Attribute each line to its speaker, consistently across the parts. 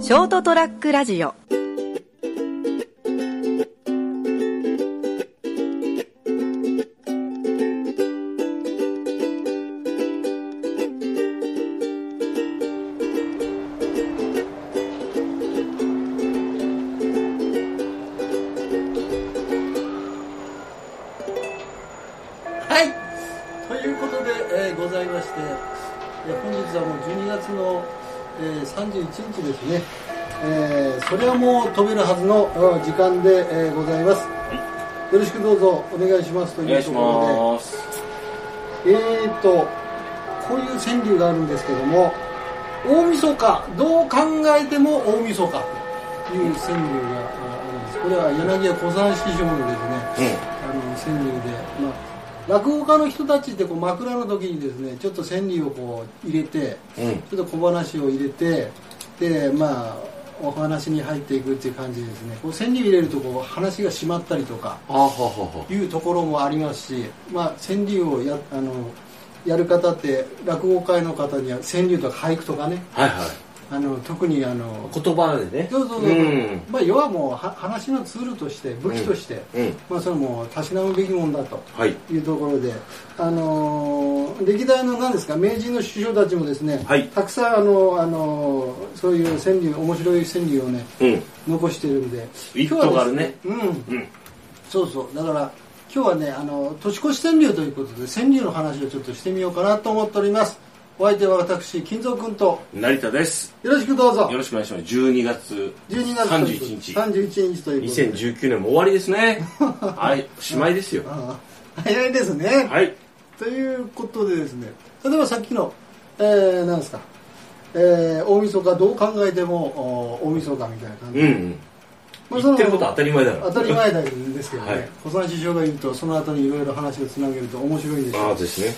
Speaker 1: ショートトラックラジオ
Speaker 2: はい、ということで、えーございまして、えー本日はもう12月の、えー31日ですね、えーそれはもう飛べるはずのうん時間で、えーございます。よろしくどうぞお願いしますと
Speaker 3: お
Speaker 2: い
Speaker 3: 願いうし
Speaker 2: とこ
Speaker 3: ます。
Speaker 2: ろで、えーっと、こういう川柳があるんですけども、大晦日、どう考えても大晦日という川柳がああるんです。これは柳家小山師匠のですね、あの川柳で、まあ、落語家の人たちってこう枕の時にですねちょっと川柳をこう入れて、
Speaker 3: うん
Speaker 2: ちょっと小話を入れてでまあお話に入っていくっていう感じですねこう川柳入れるとこう話が締まったりとか
Speaker 3: あははは。
Speaker 2: いうところもありますし、まあ、川柳をやあのやる方って落語界の方には川柳とか俳句とかね
Speaker 3: はいはい。
Speaker 2: あの特にあの
Speaker 3: 言葉でね。
Speaker 2: そうそうそう、
Speaker 3: うん。
Speaker 2: まあ、要はもうは話のツールとして武器として、
Speaker 3: うん。
Speaker 2: まあ、それもたしなむべきもんだと
Speaker 3: はい。
Speaker 2: いうところで、あのー歴代の何ですか名人の首相たちもですね、
Speaker 3: はい
Speaker 2: たくさんあの、あのーそういう川柳面白い川柳をね
Speaker 3: うん。
Speaker 2: 残してるんで
Speaker 3: 一挙があるね
Speaker 2: 今日はですねうん
Speaker 3: うん。
Speaker 2: そうそうだから今日はねあの年越し川柳ということで川柳の話をちょっとしてみようかなと思っておりますお相手は私金蔵君と
Speaker 3: 成田です。
Speaker 2: よろしくどうぞ
Speaker 3: よろしくお願いします。12月
Speaker 2: 12月
Speaker 3: 31日。
Speaker 2: 31日ということで
Speaker 3: 2019年も終わりで すね。はい。おしまいですよ。
Speaker 2: ああ早いですね
Speaker 3: はい。
Speaker 2: ということでですね例えばさっきの、えー、なんですか、えー、大晦日どう考えてもお大晦日みたいな感じ、
Speaker 3: うんうん。
Speaker 2: まあ
Speaker 3: 言ってることは当たり前だろ。
Speaker 2: 当たり前なんですけどね、
Speaker 3: はい
Speaker 2: 小三師匠が言うとその後にいろいろ話をつなげると面白いんです
Speaker 3: ああ
Speaker 2: よ
Speaker 3: ですね。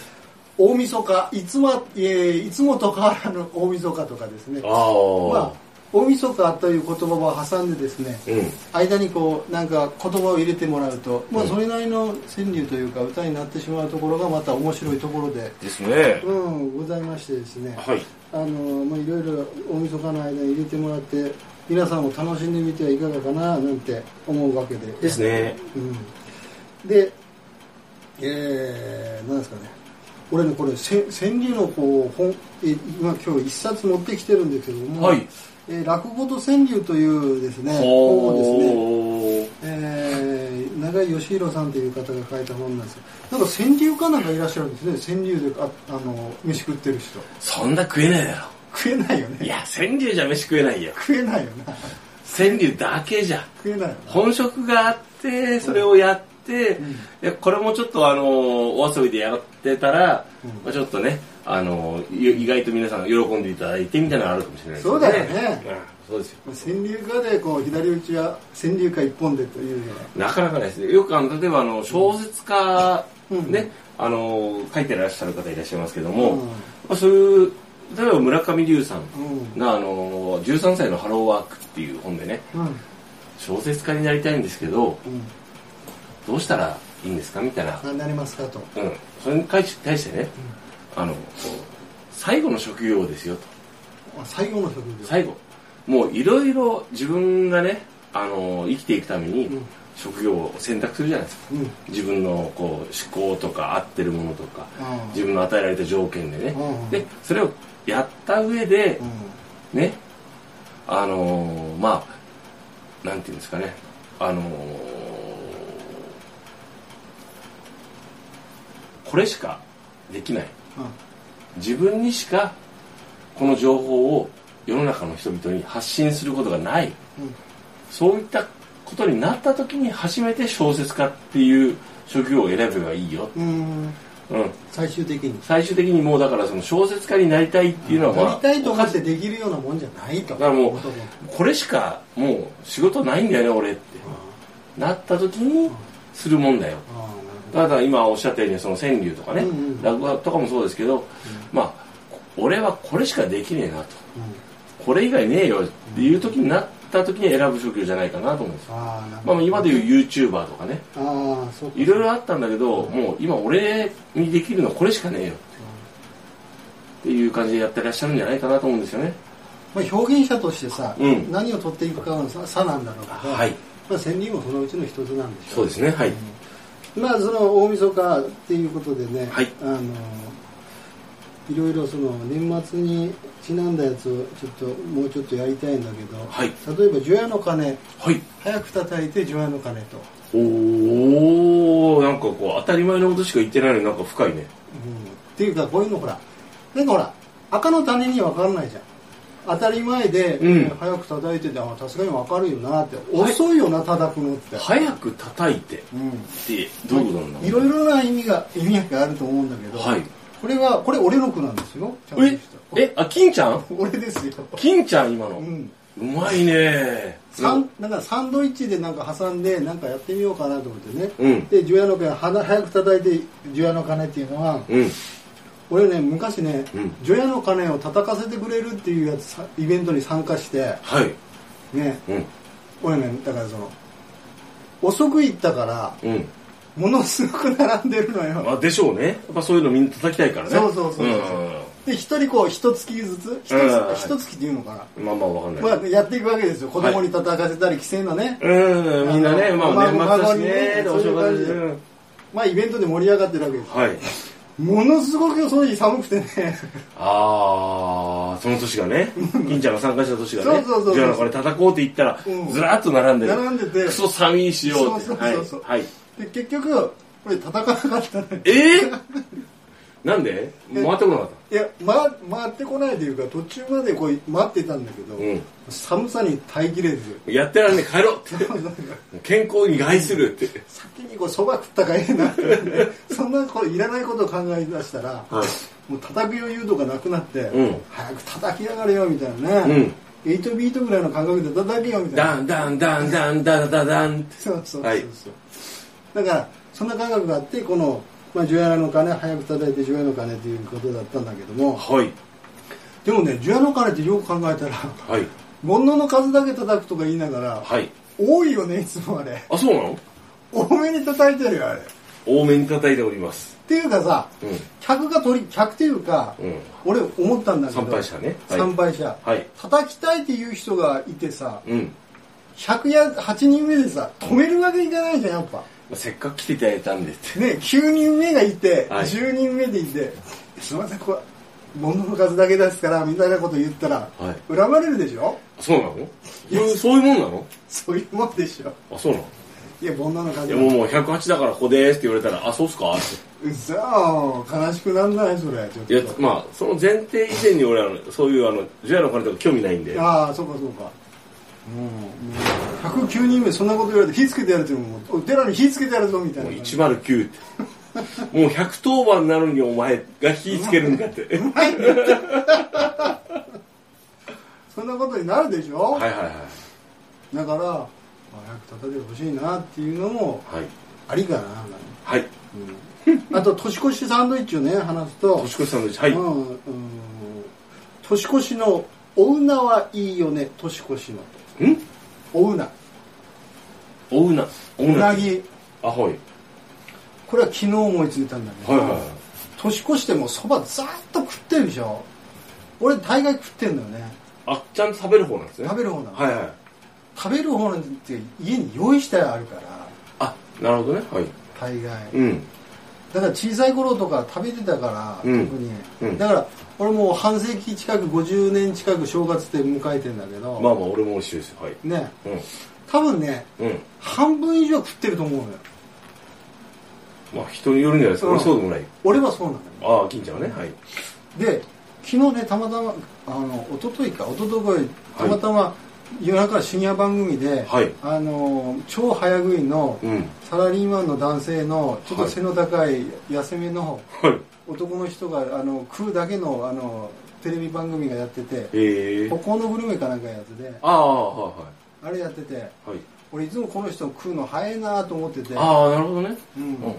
Speaker 2: 大晦日いつも、えーいつもと変わらぬ 大晦日とかですね
Speaker 3: あ
Speaker 2: ま
Speaker 3: あ
Speaker 2: あ。大晦日という言葉を挟んでですね
Speaker 3: うん。
Speaker 2: 間にこうなんか言葉を入れてもらうと、まあ、それなりの川柳というか歌になってしまうところがまた面白いところで、
Speaker 3: ですね。
Speaker 2: うん、ございましてですね、
Speaker 3: はい。
Speaker 2: あのまあ、いろいろ大晦日の間に入れてもらって皆さんも楽しんでみてはいかがかななんて思うわけで
Speaker 3: です、ね。
Speaker 2: うん、でえー、なんですかね俺ねこれせ川柳のこう本え今今日一冊持ってきてるんですけども、
Speaker 3: はい
Speaker 2: えー落語と川柳というですね本をですね
Speaker 3: ほ
Speaker 2: えー、長井義弘さんという方が書いた本なんですよなんか川柳家なんかいらっしゃるんですね川柳でああの飯食ってる人
Speaker 3: う。そんな食えないだ
Speaker 2: 食えないよ
Speaker 3: ろ。い
Speaker 2: ね
Speaker 3: や、川柳じゃ飯食えないよ。
Speaker 2: 食えないよな
Speaker 3: 川柳だけじゃ。
Speaker 2: 食えないよな
Speaker 3: 本職があってそれをやって、
Speaker 2: ん
Speaker 3: でこれもちょっとあのお遊びでやってたら、
Speaker 2: うん
Speaker 3: まあ、ちょっとねあのい意外と皆さん喜んでいただいてみたいなのがあるかもしれないです
Speaker 2: そうだよね
Speaker 3: うんそうですよ
Speaker 2: まあ川柳家でこう左打ちは川柳家一本でというような
Speaker 3: なかなかないですねよくあの例えばあの小説家、
Speaker 2: うん
Speaker 3: ねあの書いてらっしゃる方いらっしゃいますけども、
Speaker 2: うん
Speaker 3: まあ、そういう例えば村上龍さん
Speaker 2: うん
Speaker 3: が、あの13歳のハローワーク」っていう本でね
Speaker 2: うん
Speaker 3: 小説家になりたいんですけどどうしたらいいんですかみたいな
Speaker 2: うんなりますかと
Speaker 3: うん、それに対し対してね、あのこう最後の職業ですよと
Speaker 2: あ最後の職業
Speaker 3: 最後もういろいろ自分がねあの生きていくために
Speaker 2: うん
Speaker 3: 職業を選択するじゃないですか
Speaker 2: うん
Speaker 3: 自分のこう思考とか合ってるものとか
Speaker 2: あ
Speaker 3: 自分の与えられた条件でね
Speaker 2: うん
Speaker 3: でそれをやった上で
Speaker 2: うん
Speaker 3: ねあのーまあなんていうんですかねあのーこれしかできない自分にしかこの情報を世の中の人々に発信することがない
Speaker 2: うん
Speaker 3: そういったことになった時に初めて小説家っていう職業を選べばいいよ、
Speaker 2: うんうん
Speaker 3: うん、
Speaker 2: 最終的に
Speaker 3: 最終的にもうだからその小説家になりたいっていうのは、まあ
Speaker 2: なりたいとかってできるようなもんじゃないと
Speaker 3: だからもう
Speaker 2: 男
Speaker 3: これしかもう仕事ないんだよね俺ってなった時にするもんだよ
Speaker 2: ああなるほど
Speaker 3: ただ今おっしゃったようにその川柳とかね、
Speaker 2: うんうん
Speaker 3: 落語とかもそうですけど、まあこ俺はこれしかできねえ
Speaker 2: う
Speaker 3: なと
Speaker 2: ん
Speaker 3: これ以外ねえよっていう時になった時に選ぶ職業じゃないかなと思うんですよ、
Speaker 2: ああなるほ
Speaker 3: まあ、
Speaker 2: ど
Speaker 3: 今でいう YouTuber とかね
Speaker 2: ああそうか
Speaker 3: いろいろあったんだけどもう今俺にできるのはこれしかねえよっていう感じでやってらっしゃるんじゃないかなと思うんですよね
Speaker 2: まあ、表現者としてさ、
Speaker 3: うん
Speaker 2: 何を取っていくかのさ差なんだろうから、
Speaker 3: はい
Speaker 2: まあ、千里もそのうちの一つなんでしょ
Speaker 3: そうですねはい、
Speaker 2: まあその大晦日っていうことでね、
Speaker 3: はい
Speaker 2: あのいろいろその年末にちなんだやつをちょっともうちょっとやりたいんだけど、
Speaker 3: はい
Speaker 2: 例えば「除夜の鐘」
Speaker 3: はい
Speaker 2: 早く叩いて除夜の鐘と、
Speaker 3: おおなんかこう当たり前のことしか言ってないのになんか深いね
Speaker 2: うんっていうかこういうのほらなんかほら赤の他人には分からないじゃん当たり前で、
Speaker 3: うん
Speaker 2: 早く叩いててあさすがに分かるよなって遅いよな叩くのって、
Speaker 3: 早く叩いてっ
Speaker 2: うん
Speaker 3: てどういうことなんだろう
Speaker 2: いろいろな意味が意味があると思うんだけど、
Speaker 3: はい
Speaker 2: これはこれ俺の句なんですよちゃんとした
Speaker 3: ええあ金ちゃん
Speaker 2: 俺ですよ。
Speaker 3: 金ちゃん今の、
Speaker 2: う。
Speaker 3: うんまいね
Speaker 2: サンなんかサンドイッチでなんか挟んでなんかやってみようかなと思ってね。
Speaker 3: うん
Speaker 2: で、除夜の鐘、鼻早く叩いて除夜の鐘っていうのは、
Speaker 3: うん
Speaker 2: 俺ね、昔ね
Speaker 3: うん、
Speaker 2: 除夜の鐘を叩かせてくれるっていうやつさ、イベントに参加して、
Speaker 3: はい
Speaker 2: ね、
Speaker 3: うん
Speaker 2: 俺ね、だからその、遅く行ったから、
Speaker 3: うん
Speaker 2: ものすごく並んでるのよ。
Speaker 3: あでしょうねやっぱそういうのみんな叩きたいからね
Speaker 2: そうそうそうそう
Speaker 3: う
Speaker 2: で、一人こう、一月ずつ、一
Speaker 3: うん
Speaker 2: 月一月っていうのか
Speaker 3: んまあまあわかんな
Speaker 2: な。
Speaker 3: い、
Speaker 2: まあ、やっていくわけですよ。子供に叩かせたり、帰省のね、
Speaker 3: うんみんなね
Speaker 2: あの
Speaker 3: まあ
Speaker 2: まあ
Speaker 3: 年末だしね
Speaker 2: まあ
Speaker 3: お正月だし
Speaker 2: そういう
Speaker 3: うん
Speaker 2: まあ、イベントで盛り上がってるわけですよ。
Speaker 3: はい
Speaker 2: ものすごくその日寒くてね
Speaker 3: ああその年がね金ちゃんが参加した年がね
Speaker 2: そうそうそうそう
Speaker 3: じゃあこれ叩こうって言ったら、
Speaker 2: うん
Speaker 3: ずらっと並んでる
Speaker 2: 並んでて
Speaker 3: クソ寒いしようって
Speaker 2: そうそうそうそう
Speaker 3: はい、はい、
Speaker 2: で結局これ叩かなかったね
Speaker 3: えー、なんで回ってこなかっ
Speaker 2: いや、ま、回ってこないというか途中までこう待ってたんだけど、
Speaker 3: うん
Speaker 2: 寒さに耐えきれず
Speaker 3: たやってらんねえ帰ろうって健康に害するって
Speaker 2: 先にこうそば食ったかええなって、ね、 そんなこういらないことを考え出したら、もう叩く余裕とかなくなって、
Speaker 3: うん
Speaker 2: 早く叩きやがれよみたいなね、8ビートぐらいの感覚で叩けよみたいな
Speaker 3: ダンダンダンダンダンダンダンって
Speaker 2: そうそうそうそう、
Speaker 3: はい
Speaker 2: だからそんな感覚があってこの「まあ、ジュエラの鐘」早く叩いてジュエラの鐘ということだったんだけども
Speaker 3: はい
Speaker 2: でもねジュエラの鐘ってよく考えたら
Speaker 3: はい
Speaker 2: 煩悩の数だけ叩くとか言いながら、
Speaker 3: はい
Speaker 2: 多いよねいつもあれ
Speaker 3: あそうなの
Speaker 2: 多めに叩いてるよあれっ
Speaker 3: 多めに叩いております
Speaker 2: ていうかさ、
Speaker 3: うん
Speaker 2: 客が取り客っていうか、
Speaker 3: うん
Speaker 2: 俺思ったんだけど
Speaker 3: 参拝者ねはい
Speaker 2: 参拝者、
Speaker 3: はい
Speaker 2: 叩きたいっていう人がいてさ
Speaker 3: うん
Speaker 2: 100や8人目でさ止めるわけいかないじゃんやっぱ
Speaker 3: まあせっかく来ていただいたんでって
Speaker 2: ね、9人目がいて、
Speaker 3: はい
Speaker 2: 10人目でいて、すみません、これ、物の数だけですから、みたいなこと言ったら、
Speaker 3: はい
Speaker 2: 恨まれるでしょ
Speaker 3: そうなのうんそういうもんなの
Speaker 2: そういうもんでしょ
Speaker 3: あそうなの
Speaker 2: いや、煩悩の数
Speaker 3: い
Speaker 2: だ
Speaker 3: やもうもう108だからここですって言われたら、あ、そうっすかっ
Speaker 2: うっそー、悲しくなんない、それ、
Speaker 3: て。
Speaker 2: ち
Speaker 3: い
Speaker 2: ょ
Speaker 3: や
Speaker 2: っ、と。
Speaker 3: まあ、その前提以前に俺はあの、そういうあの、ジュアの金とか興味ないんで。
Speaker 2: ああ、そうか、そうか。うん、もう109人目、そんなこと言われて、火つけてやるっていうのも、お寺に火つけてやるぞ、みたい
Speaker 3: も
Speaker 2: な。
Speaker 3: う109って。もう110番なのにお前が火つけるんだって。はい
Speaker 2: そんなことになるでしょ、
Speaker 3: はいはい。
Speaker 2: だから、まあ早く叩いてほしいなっていうのも、
Speaker 3: はい。
Speaker 2: ありかな。
Speaker 3: はい。
Speaker 2: あと、年越しサンドイッチをね、話すと、
Speaker 3: 年越しさんのはい。
Speaker 2: うんうん年越しのおうなはいいよね年越しの
Speaker 3: ん
Speaker 2: おうな
Speaker 3: おうな。おう
Speaker 2: うな
Speaker 3: ぎ。
Speaker 2: ぎ
Speaker 3: あ、はい。
Speaker 2: これは昨日思いついたんだけど、
Speaker 3: はいはいはい
Speaker 2: 年越してもそばざーっと食ってるでしょ俺大概食ってんだよね
Speaker 3: あ、ちゃんと食べる方なんですね。
Speaker 2: 食べる方なの
Speaker 3: はいはい。
Speaker 2: 食べる方なんて家に用意してあるから
Speaker 3: あ、なるほどね。はい。
Speaker 2: 大概
Speaker 3: うん。
Speaker 2: だから小さい頃とか食べてたから、
Speaker 3: うん
Speaker 2: 特に、
Speaker 3: うん
Speaker 2: だから俺もう半世紀近く50年近く正月で迎えてんだけど、
Speaker 3: まあまあ、俺も美味しいですよ。はい。
Speaker 2: ね
Speaker 3: う
Speaker 2: 多分ね
Speaker 3: ん。うん。
Speaker 2: 半分以上食ってると思うのよ
Speaker 3: まあ、人によるんじゃないですか。
Speaker 2: うん
Speaker 3: 俺そうでもない。
Speaker 2: 俺はそうなのよ
Speaker 3: ああ、金ちゃんはね。はい。
Speaker 2: で昨日ねたまたまあの一昨日か一昨日たまたま、夜中深夜番組で、
Speaker 3: はい
Speaker 2: あの超早食いの
Speaker 3: うん。
Speaker 2: サラリーマンの男性のちょっと
Speaker 3: はい
Speaker 2: 背の高い痩せめの
Speaker 3: はい。
Speaker 2: 男の人があの食うだけのあのテレビ番組がやってて
Speaker 3: え
Speaker 2: 「
Speaker 3: え
Speaker 2: 歩行のグルメ」かなんかやってて
Speaker 3: ああ、は
Speaker 2: あれやってて
Speaker 3: いはい。はい。
Speaker 2: 俺いつもこの人食うの早いなと思ってて、
Speaker 3: ああ、なるほどね。
Speaker 2: うん
Speaker 3: うん。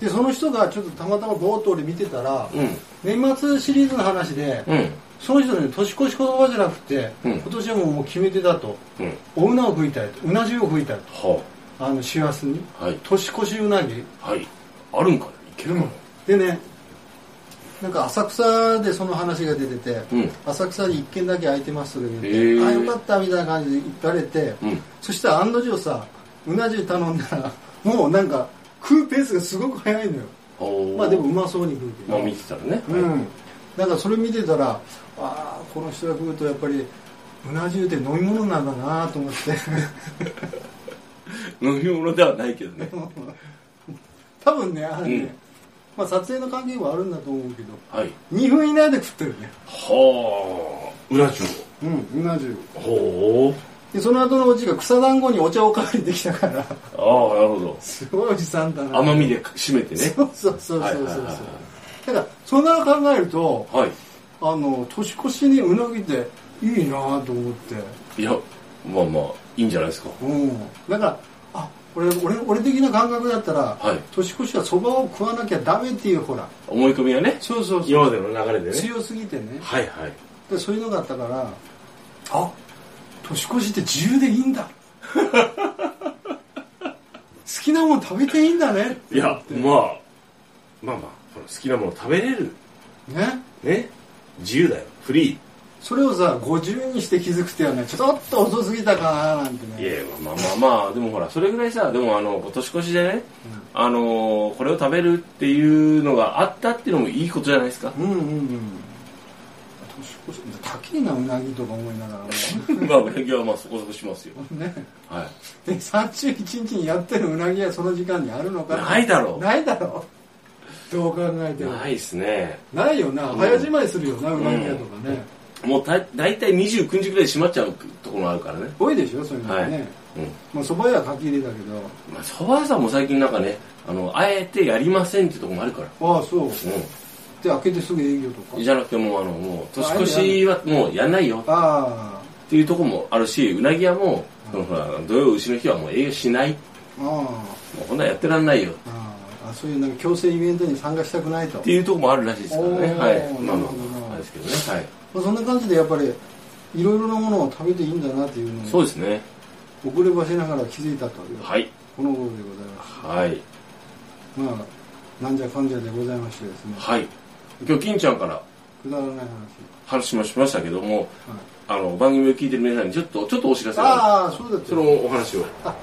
Speaker 2: でその人がちょっとたまたまボート俺見てたら、
Speaker 3: うん。
Speaker 2: 年末シリーズの話で、
Speaker 3: うん。
Speaker 2: その人ね、年越し言葉じゃなくて、
Speaker 3: うん
Speaker 2: 今年はもうもう決め手だと、
Speaker 3: うん。
Speaker 2: おうなを食いたいと、うな重を食いたいと、
Speaker 3: は
Speaker 2: あの、師走に、
Speaker 3: あ。はい。
Speaker 2: 年越しうなぎ。
Speaker 3: はい。あるんかねいけるの
Speaker 2: でね、なんか浅草でその話が出てて、
Speaker 3: うん
Speaker 2: 浅草に一軒だけ空いてますとか言って、
Speaker 3: へー
Speaker 2: あよかったみたいな感じで行かれて、
Speaker 3: うん
Speaker 2: そしたら案の定さうな重頼んだらもうなんか食うペースがすごく早いのよ
Speaker 3: おー
Speaker 2: まあでもうまそうに食うけど
Speaker 3: まあ見てたらね、
Speaker 2: うん、だからそれ見てたらああこの人が食うとやっぱりうな重って飲み物なんだなと思って
Speaker 3: 飲み物ではないけどね
Speaker 2: 多分ねあれね、
Speaker 3: うん
Speaker 2: まあ、撮影の関係もあるんだと思うけど
Speaker 3: はい
Speaker 2: 2分以内で食ってるね
Speaker 3: はあ裏中
Speaker 2: うんうな重
Speaker 3: ほ
Speaker 2: でその後のおじが草団子にお茶をおかわりできたから
Speaker 3: うああなるほど
Speaker 2: すごいおじさんだな
Speaker 3: 甘みで締めてね
Speaker 2: そうそうそうそうそう、
Speaker 3: はいはいはいは
Speaker 2: だからそんなの考えると
Speaker 3: はい
Speaker 2: あの年越しにうなぎっていいなと思って
Speaker 3: いやまあまあいいんじゃないですか
Speaker 2: うんだからあ俺俺俺的な感覚だったら、
Speaker 3: はい
Speaker 2: 年越しはそばを食わなきゃダメっていうほら
Speaker 3: 思い込みはね
Speaker 2: そうそうそう
Speaker 3: 今までの流れでね
Speaker 2: 強すぎてね
Speaker 3: はいはい
Speaker 2: でそういうのがあったからあ年越しって自由でいいんだ 好きなもん食べていいんだね
Speaker 3: いやまあまあまあこの好きなもの食べれる
Speaker 2: ね
Speaker 3: ね自由だよフリ
Speaker 2: それをさ50にして気づくってはねちょっと遅すぎたかななんて
Speaker 3: ーい
Speaker 2: ね
Speaker 3: やまあまあまあでもほらそれぐらいさでもあの年越しでね、あのーこれを食べるっていうのがあったっていうのもいいことじゃないですか
Speaker 2: うんうんうん年越し高いなうなぎとか思いながら
Speaker 3: まあうなぎはまあそこそこしますよ
Speaker 2: 俺 ね
Speaker 3: はい
Speaker 2: で31日にやってるうなぎはその時間にあるのか
Speaker 3: ないだろう
Speaker 2: ないだろどう考えても
Speaker 3: ないですね
Speaker 2: ないよな
Speaker 3: うん
Speaker 2: 早じまいするよなうなぎ屋とかね
Speaker 3: もうた大体29日ぐらいで閉まっちゃうところもあるからね
Speaker 2: 多いでしょそういうの
Speaker 3: はい
Speaker 2: ね
Speaker 3: うん
Speaker 2: まあそば屋は書き入れだけど
Speaker 3: まあそば屋さんも最近なんかねあのあえてやりませんってとこもあるから
Speaker 2: ああそう
Speaker 3: う
Speaker 2: で開けてすぐ営業とか
Speaker 3: んじゃなくてもうあのもう年越しはもうやんないよ
Speaker 2: ああ
Speaker 3: っていうところもあるしうなぎ屋もそのほら土曜牛の日はもう営業しない
Speaker 2: ああ
Speaker 3: もうこんなんやってらんないよっ
Speaker 2: ああそういうなんか強制イベントに参加したくないと
Speaker 3: ていうところもあるらしいですからね
Speaker 2: おー
Speaker 3: はいま
Speaker 2: な
Speaker 3: あま
Speaker 2: るほどな
Speaker 3: ああれですけどねはい
Speaker 2: まあそんな感じでやっぱりいろいろなものを食べていいんだなっていうの
Speaker 3: そ
Speaker 2: を
Speaker 3: うですね
Speaker 2: 遅ればせながら気づいたという
Speaker 3: はい
Speaker 2: この頃でございます
Speaker 3: はい
Speaker 2: まあなんじゃかんじゃでございましてですね
Speaker 3: はい今日金ちゃんから
Speaker 2: くだらない話、はい、
Speaker 3: 話もしましたけどもあの番組を聞いてる皆さんにちょっとちょっとお知らせがあ
Speaker 2: ああそうだっ
Speaker 3: る
Speaker 2: た
Speaker 3: そのお話を
Speaker 2: あ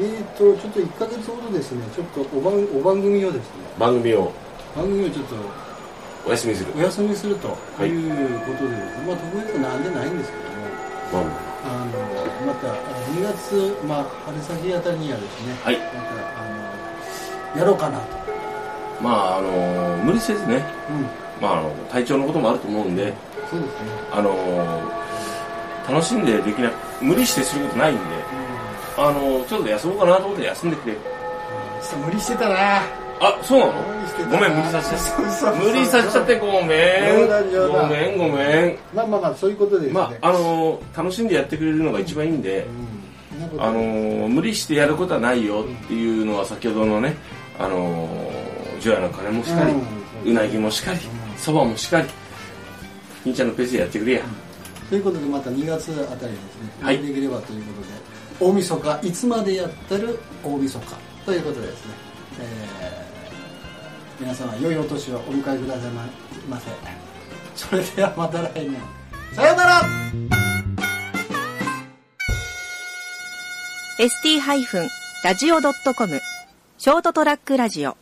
Speaker 2: えー、とちょっと1ヶ月ほどですねちょっとお番お番組をですね
Speaker 3: 番組を
Speaker 2: 番組をちょっと
Speaker 3: お休みする
Speaker 2: お休みすると
Speaker 3: い
Speaker 2: いうことでですね、まあ特別なんでないんですけども
Speaker 3: 番組
Speaker 2: あのまたあ2月、まあ、春先あたりにはですね、
Speaker 3: はい
Speaker 2: またあのやろうかなと、
Speaker 3: まああの無理せずね
Speaker 2: うん、
Speaker 3: まああの体調のこともあると思うんで
Speaker 2: そうですね、
Speaker 3: あの楽しんでできな無理してすることないんで
Speaker 2: うん
Speaker 3: あのちょっと休もうかなと思って休んでくれ
Speaker 2: ちょっと無理してたな
Speaker 3: あそうなの
Speaker 2: 無理してた
Speaker 3: ご
Speaker 2: な
Speaker 3: めん無理させちゃっ
Speaker 2: そうそう
Speaker 3: た
Speaker 2: そう
Speaker 3: 無理させちゃってごめん
Speaker 2: 冗談冗
Speaker 3: ご
Speaker 2: 談
Speaker 3: めんごめ
Speaker 2: まあまあまあそういうことでで
Speaker 3: ん
Speaker 2: すね、
Speaker 3: まああの楽しんでやってくれるのが一番いいんで、
Speaker 2: うんなことで
Speaker 3: あのー無理してやることはないよっていうのは先ほどのね、あのー、除夜の鐘もしかり、う
Speaker 2: うん
Speaker 3: なぎもしかり
Speaker 2: ん
Speaker 3: そば、もしかり兄ちゃんのペースでやってくれや、
Speaker 2: ということでまた2月あたりにですね、
Speaker 3: はい
Speaker 2: できればということで大晦日いつまでやってる大晦日ということでですね、えー皆様良いお年をお迎えくださいませそれではまた来年さようなら
Speaker 1: ST-radio.com ショートトラックラジオ